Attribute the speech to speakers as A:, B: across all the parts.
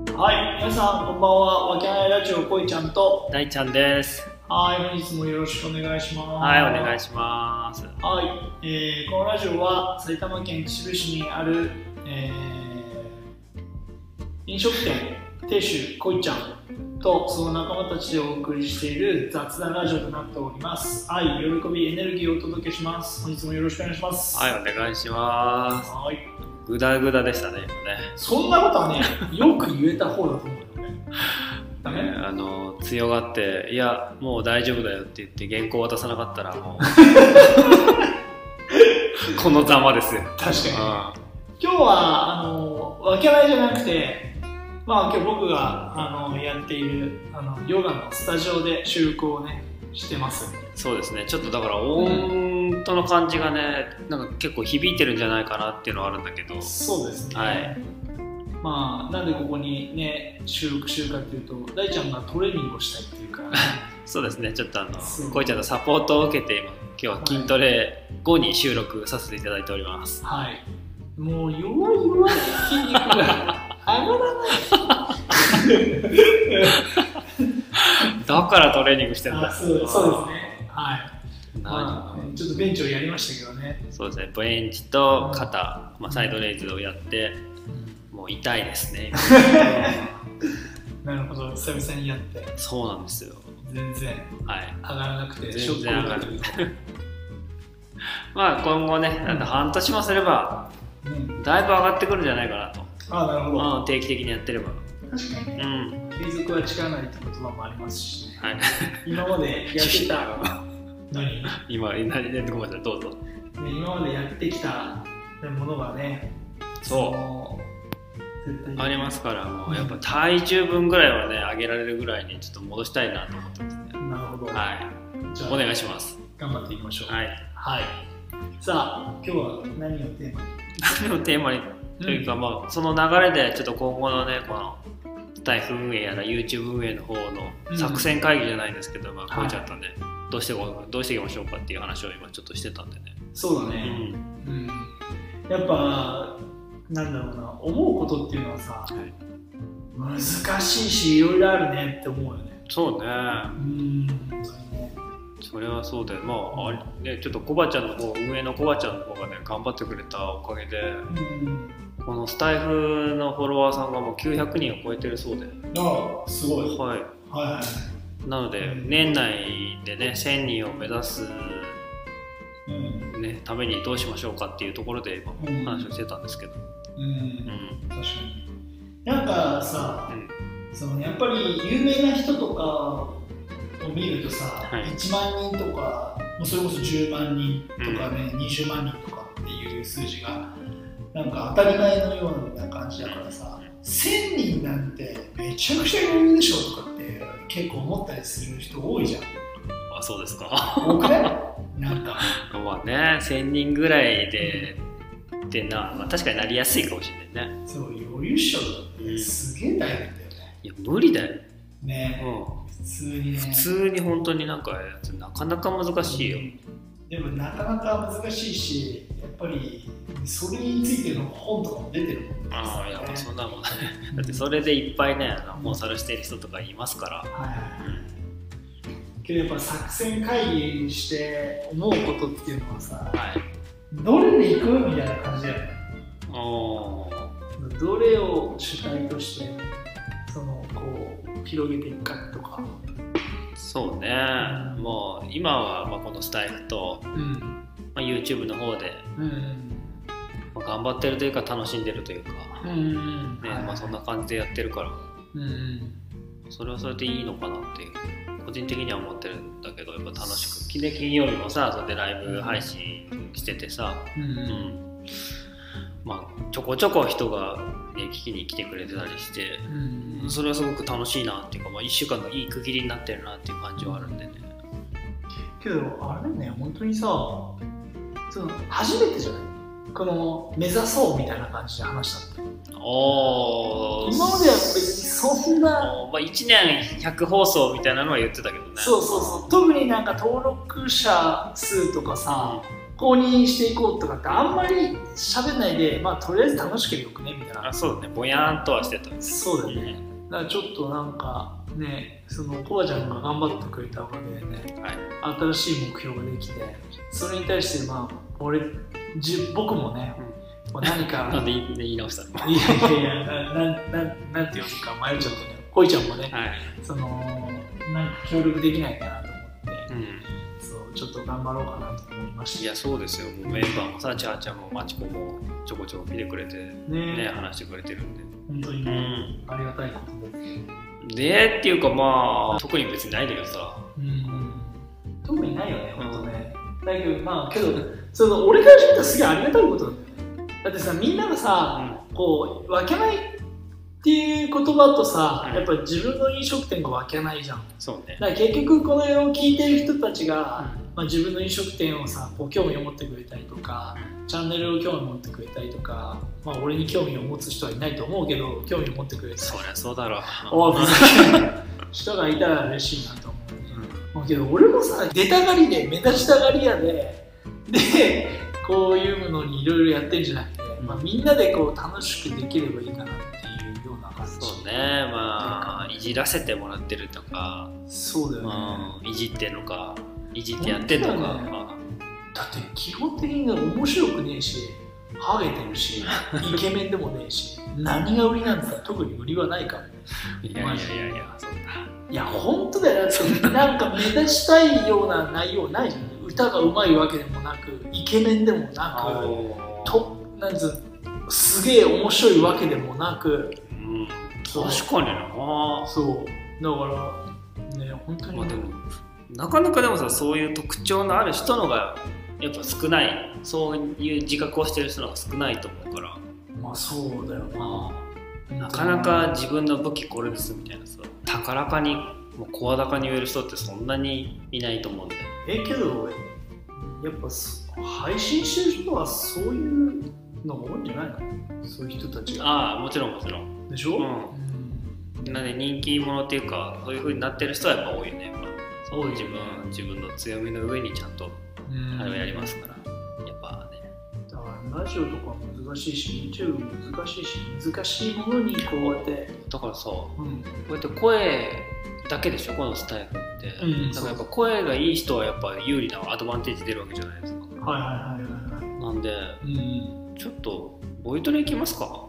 A: 皆さんこんばんは。わけあいラジオこいちゃんと。
B: 大ちゃんです。
A: はい、本日もよろしくお願いします。
B: はい、お願いします。
A: はい、えーこのラジオは埼玉県秩父市にある、えー飲食店亭主こいちゃんとその仲間たちでお送りしている雑談ラジオとなっております愛喜びエネルギーをお届けします本日もよろしくお願いします
B: はい、お願いします。
A: はい
B: ぐだぐだでしたね、今ね。
A: そんなことはねよく言えた方だと思うよねダメ、
B: ねあの強がって、いや、もう大丈夫だよって言って、原稿渡さなかったら、も う、このざまですよ。
A: 確かに
B: うんは
A: 今日はあのわけないじゃなくて、まあ、今日僕があのやっているあのヨガのスタジオで収録をねしてます
B: いそうですね、ちょっとだから、音との感じがね、なんか結構響いてるんじゃないかなっていうのはあるんだけど、
A: そうですね
B: はい
A: まあなんでここにね収録してるかっていうと大ちゃんがトレーニングをしたいっていうか
B: そうですね、ちょっとあの
A: そう、
B: こいちゃんのサポートを受けて、今、今日は筋トレ後に収録させていただいております。
A: はいもう弱い弱い筋肉が上が
B: だからトレーニングしてる
A: ら
B: ん
A: ない
B: だ。
A: あそうですそうですねはい、ま
B: な
A: あ、ちょっとベンチをやりましたけどね、
B: そうですね、ベンチと肩、まあ、サイドレイズをやって、もう痛いです ね。
A: なるほど久々にやって
B: そうなんですよ。
A: 全然
B: はい。
A: 上がらなくてショッ
B: 全然
A: ク
B: 上が
A: だ
B: ら
A: け
B: な
A: ど
B: いまあ今後ね、だって半年もすれば、
A: うん、
B: だいぶ上がってくるんじゃないかなと。
A: ああなるほど
B: まあ、定期的にやってれば。
A: 確かに
B: う
A: ね
B: ん。
A: 継続は力なりって言葉もありますしね
B: はい。
A: 今までやってたのに、ね、
B: 今、え何えごめんなさい、どうぞ。
A: 今までやってきたものがね
B: そう。
A: う絶対に
B: ありますから、もうやっぱ体重分ぐらいはね、上げられるぐらいにちょっと戻したいなと思ってますね。
A: なるほど、
B: はい。
A: じゃあ
B: お願いします。
A: 頑張っていきましょう
B: はい。
A: はい、さあ今日は何をテーマに
B: でもテーマにというか、まあ、その流れでちょっと今後のねこのスタイフ運営やら YouTube 運営の方
A: うん
B: の作戦会議じゃないですけど、まあ
A: は
B: こ
A: いう
B: ちゃったんで、どうしてこどうしていきましょうかっていう話を今ちょっとしてたんでね、
A: そうだ
B: う
A: ね、
B: ん、
A: うんやっぱなんだろうな思うことっていうのはさ、
B: い
A: 難しいしいろいろあるねって思うよね
B: そうね
A: うん
B: それはそうだよまああれねちょっとコバちゃんの方運営のコバちゃんの方がね頑張ってくれたおかげで
A: うん
B: このスタイフのフォロワーさんがもう900人を超えてるそうで、
A: ああすごいはい
B: はい、
A: は
B: なので年内でね1000人を目指す、
A: いうん
B: ね、ためにどうしましょうかっていうところで今
A: うん
B: 話をしてたんですけど、
A: うん
B: ん、
A: 確かになんかさ
B: うん
A: そのやっぱり有名な人とかを見るとさ、
B: はい
A: 1万人とかもうそれこそ10万人とかね、20万人とかっていう数字がなんか当たり前のような感じだからさ1000人なんてめちゃくちゃ有名でしょとかって結構思ったりする人多いじゃん
B: あそうですか
A: 多くないなんか
B: まあね1000人ぐらいでってな、まあ、確かになりやすいかもしれないね
A: そう余裕っしょだってすげえ大変だよね
B: いや無理だよ、
A: ね
B: う
A: 普通にね
B: ん、普通に本当になんかなかなか難しいよ、
A: でもなかなか難しいしやっぱりそれについての本とかも出てるもんね
B: ああいやまあそんなもんねだってそれでいっぱいねあのコンサルしてる人とかいますか
A: はいはい
B: ら、
A: けどやっぱ作戦会議にして思うことっていうのはさ
B: はい
A: どれでいくみたいな感じだよね
B: おおー
A: どれを主体としてそのこう広げていくかとか
B: そうねもう今はまあこのスタイルと、
A: うん
B: まあ、YouTube の方で
A: うん
B: まあ頑張ってるというか楽しんでるというか、
A: う
B: ね
A: ん
B: まあ、そんな感じでやってるから
A: うん
B: それはそれでいいのかなっていう個人的には思ってるんだけどやっぱ楽しくで金曜日もさそれでライブ配信しててさ、
A: うんう
B: うんんまあ、ちょこちょこ人が、ね、聞きに来てくれてたりして
A: うん
B: それはすごく楽しいなっていうか、まあ、1週間のいい区切りになってるなっていう感じはあるんでね
A: けどあれね本当にさその初めてじゃないこの目指そうみたいな感じで話したの
B: おー
A: 今まではやっぱりそんな
B: まあ、1年100放送みたいなのは言ってたけどね
A: そうそうそう特になんか登録者数とかさ公認していこうとかってあんまり喋んないでまあとりあえず楽しければよくねみたい
B: あ
A: な
B: そうだねぼやーんとはしてた
A: そうだよね
B: ね
A: だからちょっとなんかねそのコバちゃんが頑張ってくれたおかげでね
B: はい
A: 新しい目標ができてそれに対してまあ俺じ僕もね、まあ何か
B: なんで言い言い直したの
A: いやいやいや、なななんなんていうのか、まゆちゃんもね、こいちゃんもね、
B: はい、
A: その、なんか協力できないかなと思って、
B: うん、
A: そう、ちょっと頑張ろうかなと思いま
B: い
A: し
B: やそうですよもうメンバーもさちゃーちゃんもまちこもちょこちょこ見てくれて
A: た。ね
B: ね話してくれてるんで
A: 本当に
B: う
A: ね、
B: ん
A: ありがたいことです。
B: でっていうかまあ特に別にないんだけどさ
A: うん。特にないよね、本当ね。だけど、まあ、けど、その、俺からしたらすげえありがたいことなんだよね。だってさ、みんながさ、こう、分けないっていう言葉とさ、
B: うん
A: やっぱ自分の飲食店が分けないじゃん。
B: そうね
A: だから結局、この絵を聞いてる人たちが、
B: う
A: まあ、自分の飲食店をさこう興味を持ってくれたりとかチャンネルを興味を持ってくれたりとか、まあ、俺に興味を持つ人はいないと思うけど興味を持ってくれ
B: ん
A: た
B: そりゃそうだろう
A: おーふざけんな 人がいたら嬉しいなと思うもうけど俺もさ出たがりで目立ちたがりやででこういうのにいろいろやってんじゃなくて、まあ、みんなでこう楽しくできればいいかなっていうような感じ
B: そうねまあいじらせてもらってるとか、
A: そうだよね、
B: うん、いじってんのかいじってやってんのか、
A: 本当だだって基本的に面白くねえしハゲてる しイケメンでもねえし何が売りなんだ特に売りはないから
B: いやいやいやいやそんない
A: や本当だよだってなんか目指したいような内容ないじゃん歌がうまいわけでもなくイケメンでもなくとなんつうすげえ面白いわけでもなく
B: うん
A: そう
B: 確かにな
A: そうだからね本当に、
B: まあでもなかなかでもさそういう特徴のある人のがやっぱ少ないそういう自覚をしてる人のが少ないと思うから、
A: まあそうだよな
B: なかなか自分の武器これですみたいなさ高らかにもう声高に言える人ってそんなにいないと思うんだよ
A: えけどやっぱそ配信してる人はそういうのが多いんじゃないのそういう人たちが
B: ああもちろんもちろん
A: でしょ、
B: うん
A: ん
B: なんで人気者っていうかそういう風になってる人はやっぱ多いよねやっぱそう
A: 多い
B: 自分自分の強みの上にちゃんとあれをやりますからやっぱね
A: だからラジオとか難しいし YouTube も難しいし難しいものにこうやって、
B: だからさこ
A: うん、
B: うやって声だけでしょこのスタイルって、
A: うん
B: だからやっぱ声がいい人はやっぱ有利なアドバンテージ出るわけじゃないですか
A: はいはいはいはいはい
B: なんで
A: うん
B: ちょっとボイトレ行きますか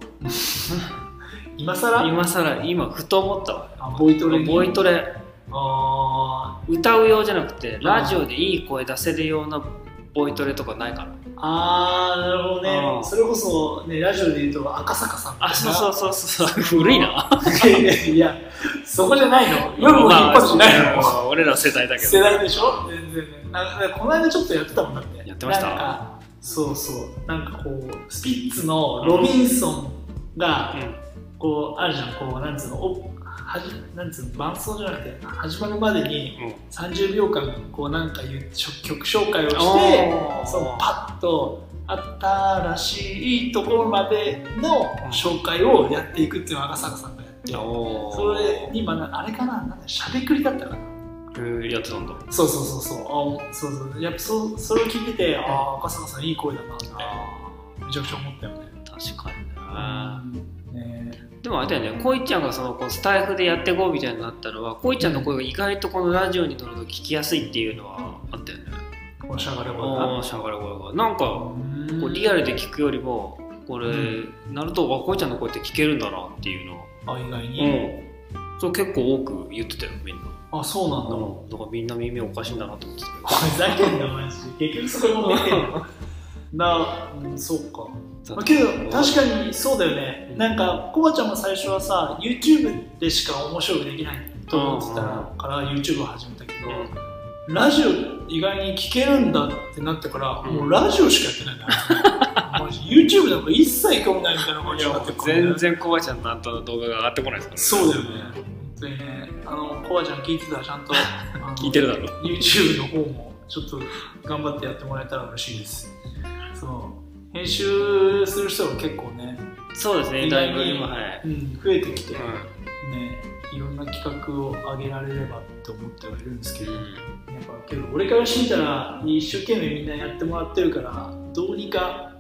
A: 今さら
B: 今さら今ふと思ったわ
A: あボイトレに
B: ボイトレ
A: あ
B: 歌うようじゃなくてラジオでいい声出せるようなボイトレとかないかな
A: ーあーなるほど
B: あ
A: ね
B: ー
A: それこそ、ね、ラジオで言うと赤坂さん
B: あそうそうそうそう古いな
A: ういやいやそこじゃないの 夜も一発じゃないの、
B: まあ俺ら世代だけど
A: 世代でしょ全然ねなんかこの間ちょっとやってたもんだって
B: やってました
A: なんかそうそうなんかこうスピッツのロビンソンがこうあるじゃんこうなんつうのおはじなんつうの伴奏じゃなくて始まるまでに
B: うんうん
A: 30秒間こうなんか言う曲曲紹介をして
B: おー
A: そのパッと新しいところまでの紹介をやっていくっていうのを赤坂さんがやって
B: おー
A: それに今なあれかななんだしゃべくりだったかな
B: えーやってたんだ
A: そうそうそうそうあそうそうやっぱそうそれを聞いててああ赤坂さんいい声だなってめちゃくちゃ思ったよね
B: 確かにな
A: ね
B: でもあれだよねこいちゃんがそのこうスタイフでやってこうみたいになったのはこいちゃんの声が意外とこのラジオに乗ると聞きやすいっていうのはあったよね
A: おしゃがれ声
B: ああしゃがれ声がなんかこうリアルで聞くよりもこれ、なるとあこいちゃんの声って聞けるんだなっていうのを、
A: あ意外
B: う
A: に、
B: ん、そう結構多く言ってたよみんな
A: あそうなんだ、
B: うんだからみんな耳おかしいんだなと思ってたけど
A: ふざけんなマジで結局それもねな、うん、そうか、まあ、けど確かにそうだよね、
B: うん
A: なんかコバちゃんも最初はさ YouTube でしか面白くできないと思ってたから YouTube を始めたけど、ラジオ意外に聞けるんだってなってから、
B: うん
A: もうラジオしかやって ないなマジ YouTube なんか一切興味ないみたいな感じになってくる
B: 全然コバちゃんのあんたの動画が上がってこないですから
A: そうだよね本当にねあのコバちゃん聞いてたらちゃん とあの
B: 聞いてるだろ
A: YouTube の方もちょっと頑張ってやってもらえたら嬉しいですそう編集する人が結構ね、
B: そうですねだいぶ今はい、
A: うん、増えてきて、ね
B: う
A: いろんな企画を上げられればって思ってはいるんですけど
B: ん
A: やっぱけど俺からしてみたら一生懸命みんなやってもらってるからどうにか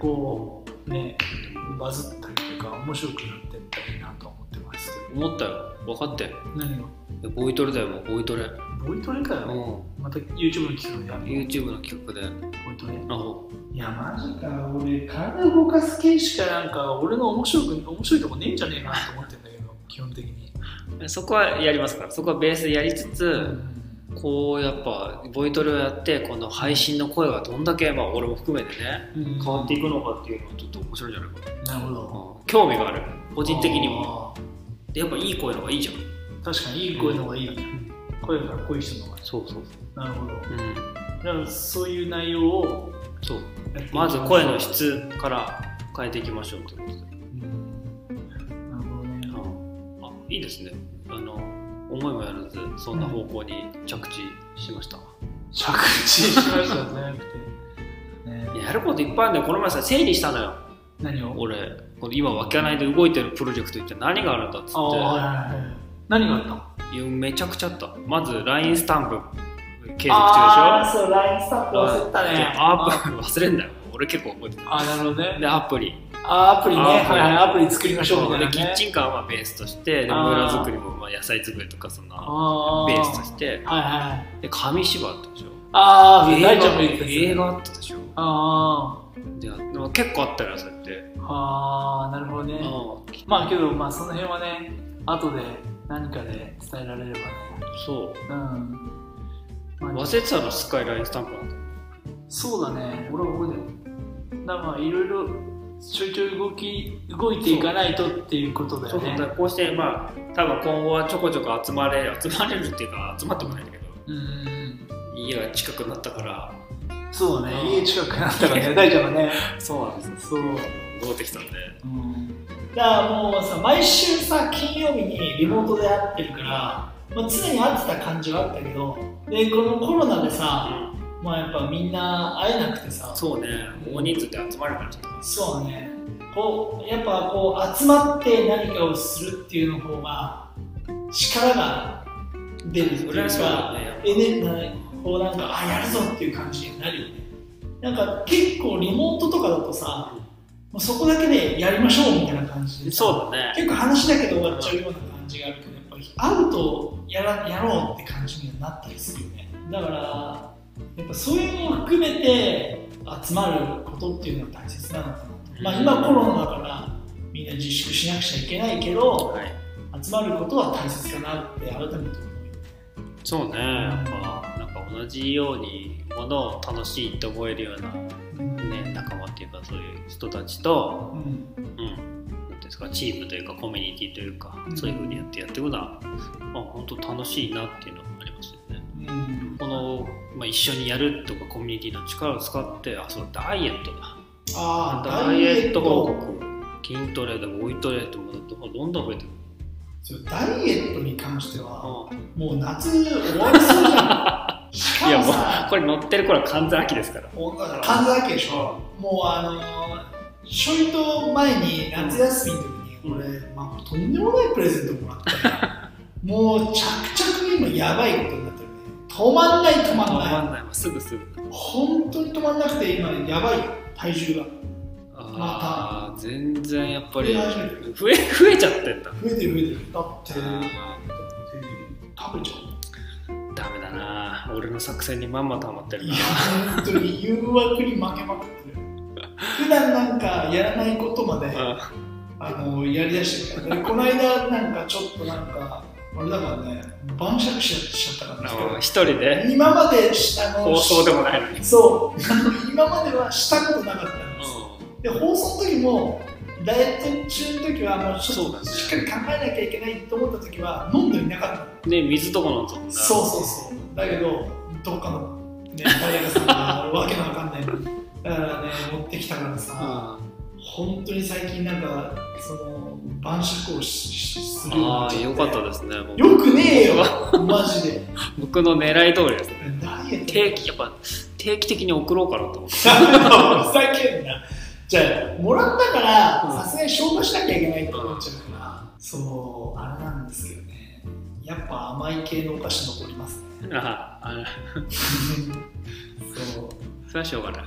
A: こうねバズったりとか面白くなっていったらいいなと思ってますけど
B: 思ったよ分かって
A: 何が
B: ボイトレだよもうボイトレ、
A: ボイトレかよ。
B: うん、
A: また YouTube の企画やる
B: YouTube の企画で
A: ボイトレ。
B: あの
A: いや、マジか。俺、体動かす系しかなんか、俺の面白く、面白いとこねえんじゃねえかなと思ってんだけど、 基本的に。
B: そこはやりますからそこはベースでやりつつ、
A: うん。
B: こうやっぱボイトレをやってこの配信の声がどんだけ、まあ、俺も含めてね
A: 変
B: 変わっていくのかっていうのはちょっと面白いんじゃないかな、
A: なるほど。
B: うん興味がある個
A: 個
B: 人的にも。でやっぱいい声の方がいいじゃん
A: 確かに、いい声の方がいいよね。声がかっこいい人の方が。
B: そうそう
A: なるほど。
B: そう、うん、
A: だから、そういう内容を
B: そう
A: やっていき
B: ま
A: し
B: ず
A: ょう
B: 声の。質から変えていきましょうということで、
A: うんなるほどね。
B: あいいですねあの思いもやらずそんな方向に着地しました、
A: 着地しました じゃなくて。ね
B: いややることいっぱいあるんだよこの前さ整理したのよ
A: 何を
B: 俺この今わけないで動いてるプロジェクトって何があるんだっつ
A: ああ、はい
B: っ
A: はいはい。何があったの
B: ていやめちゃくちゃあったまず LINE スタンプ継続
A: あ
B: 中
A: あ、そう、LINE スタッフ忘れた
B: でしょ
A: ね
B: で。アプリ忘れんだよ俺結構覚えてる
A: あ、なるほどね。
B: でアプリ
A: あーアプリね、
B: あー
A: はいはい、アプリ作りましょうみたい
B: で
A: な、ね。
B: キッチンカーはベースとしてで
A: あー
B: 村作りもまあ野菜作りとかそんな
A: あ。
B: ベースとしてて
A: はいはい。
B: で紙芝居あったでしょ
A: ああ、
B: 映
A: 大ちゃんも言って
B: 画
A: たやつ
B: 映画あったでしょ
A: あ
B: であまあ結構あったよそうやって、
A: あ、ああ、なるほどね。まあけど、まあその辺はね、後で何かで伝えられればね。
B: そう
A: うん。まあ、
B: 忘れてたのスカイラインスタンプなんだ
A: そうだね、俺は覚えてる。だからまあいろいろちょいちょい動き、動いていかないとっていうことだ
B: そ
A: よ
B: うそうだ
A: ね
B: か。らこうしてまあ多分今後はちょこちょこ集まれ集まれるっていうか集まってもないんだけど
A: うんうんうん。
B: 家が近くなったから
A: そうだね、
B: うん
A: 家近くなったからね、大ちゃんがね。
B: そうなんです
A: そう。
B: 戻ってきたんで
A: だからもうさ毎週さ金曜日にリモートで会ってるから、まあ、常に会ってた感じはあったけどでこのコロナでさ、まあ、やっぱみんな会えなくてさ
B: そうね大人数で集まるからちょっと
A: そうねこうやっぱこう集まって何かをするっていうの方が力が出るっていう
B: それはそう
A: か
B: だね
A: えねなこうなんかあやるぞっていう感じになるよねなんか結構リモートとかだとさもうそこだけでやりましょうみたいな感じでさ
B: そうだね
A: 結構話だけで終わっちゃうような感じがあるけどやっぱり会うとやらやろうって感じにはなったりするよねだからやっぱそういうのを含めて集まることっていうのは大切なのかなと、まあ、今コロナだからみんな自粛しなくちゃいけないけど
B: はい
A: 集まることは大切かなって改めて思うよ
B: そうねやっぱなんか同じようにものを楽しいって思えるようなね、仲間っていうかそういう人たちと、
A: うん
B: うん、なんていうんですかチームというかコミュニティというか、
A: うん
B: そういうふうにやってやっていくのは、まあ、本当楽しいなっていうのはありますよね。
A: うん
B: この、まあ、一緒にやるとかコミュニティの力を使ってあそうダイエットだ
A: ああ
B: ダイエット報告筋トレでもボイトレでもどんどん増えてくる、
A: そうダイエットに関しては
B: ああ
A: もう夏終わりそうじゃんし
B: い
A: か
B: や
A: も
B: もう
A: さ
B: これ乗ってる頃は完全秋ですから
A: もうだから神田明でしょもうあのーちょいと前に夏休みの時に俺、まあ、とんでもないプレゼントもらったからもう着々に今やばいことになってるね止まんない止ま
B: 止
A: んない
B: まんないもうすぐすぐ
A: 本当に止まんなくて今やばい体重が
B: ああ全然やっぱり
A: 増え始めてる
B: 増え増えちゃってんだ
A: 増えてる増えてるだって
B: ああ
A: 食べちゃう
B: ダメだな俺の作戦にまんまとハマってる
A: い
B: な
A: や本当に誘惑に負けまくってる普段なんかやらないことまで、
B: う
A: あのやりだしてるからねこの間なんかちょっとなんかあれだからね晩酌しちゃったから
B: ん
A: ね
B: 一人で
A: 今までしあの
B: 放送でもないのに、
A: そう今まではしたことなかったんです、で放送の時もダイエット中の時はもうちょ
B: そう
A: っ
B: だ
A: と
B: ね
A: しっかり考えなきゃいけないと思った時は飲んでいなかった
B: ね水とか飲んだもんな
A: そうそうそう。だけど、どっかの、ね、ダイヤさんがわけのわかんない。だからね、持ってきたからさ、
B: あ
A: 本当に最近なんか、その、晩酌をししするようにな
B: あ
A: ちゃて
B: よかったですねもう
A: よくねえ よ、マジで。
B: 僕の狙い通りですね
A: ダイエット。
B: 定期やっぱ定期的に送ろうかなと思って
A: ふざけんな。じゃあ、もらったから
B: う、ん
A: さすがに消化しなきゃいけないと思っちゃうから、そう、あれなんですけどね。やっぱ甘い系のお菓子残り ますね。
B: ああ
A: そう。
B: それはしょうがない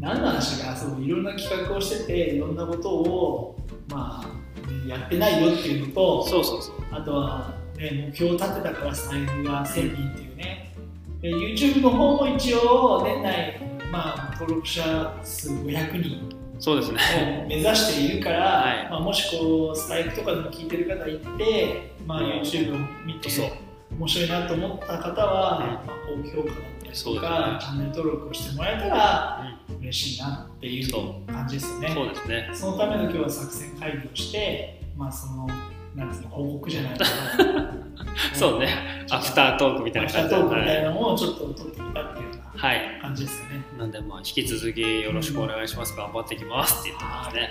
A: 何の話かなそういろんな企画をしてていろんなことをまあ、やってないよっていうのと、
B: そうそうそう
A: あとは、ね、目標を立てたからスタイフが1000人っていうね、で YouTube の方も一応年内、まあ、登録者数500人
B: そうですね
A: を目指しているから、
B: はい
A: まあ、もしこうスタイフとかでも聞いてる方いて、まあ、YouTube を見て
B: そう
A: 面白いなと思った方は、まあ、高評価だったり
B: そう
A: と
B: です
A: か
B: ね、
A: チャンネル登録をしてもらえたら嬉しいなっていう
B: そ
A: 感じですよね。
B: そうですね
A: そのための今日は作戦会議をして、まあその、なんつうの、報告じゃないけど
B: そうねアフタートークみたい
A: ア
B: な
A: フター
B: 感じ
A: トー
B: で
A: クみ
B: は
A: たい
B: い
A: なのをちょっと取ってみたっていうよう
B: はい
A: な感じですよね。
B: なんでまあ引き続きよろしくお願いします頑張ってきますって言ってますね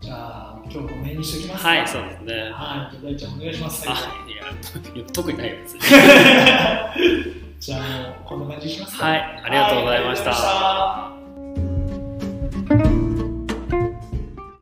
A: じゃあ、今日この辺にしときますか。
B: はいそうですね
A: はい、じゃあ大ちゃんお願いします。最後
B: あいやいや特にないよ別に
A: じゃあ、もうこんな感じにしますか
B: はいありがとうございました
A: はありがとうございました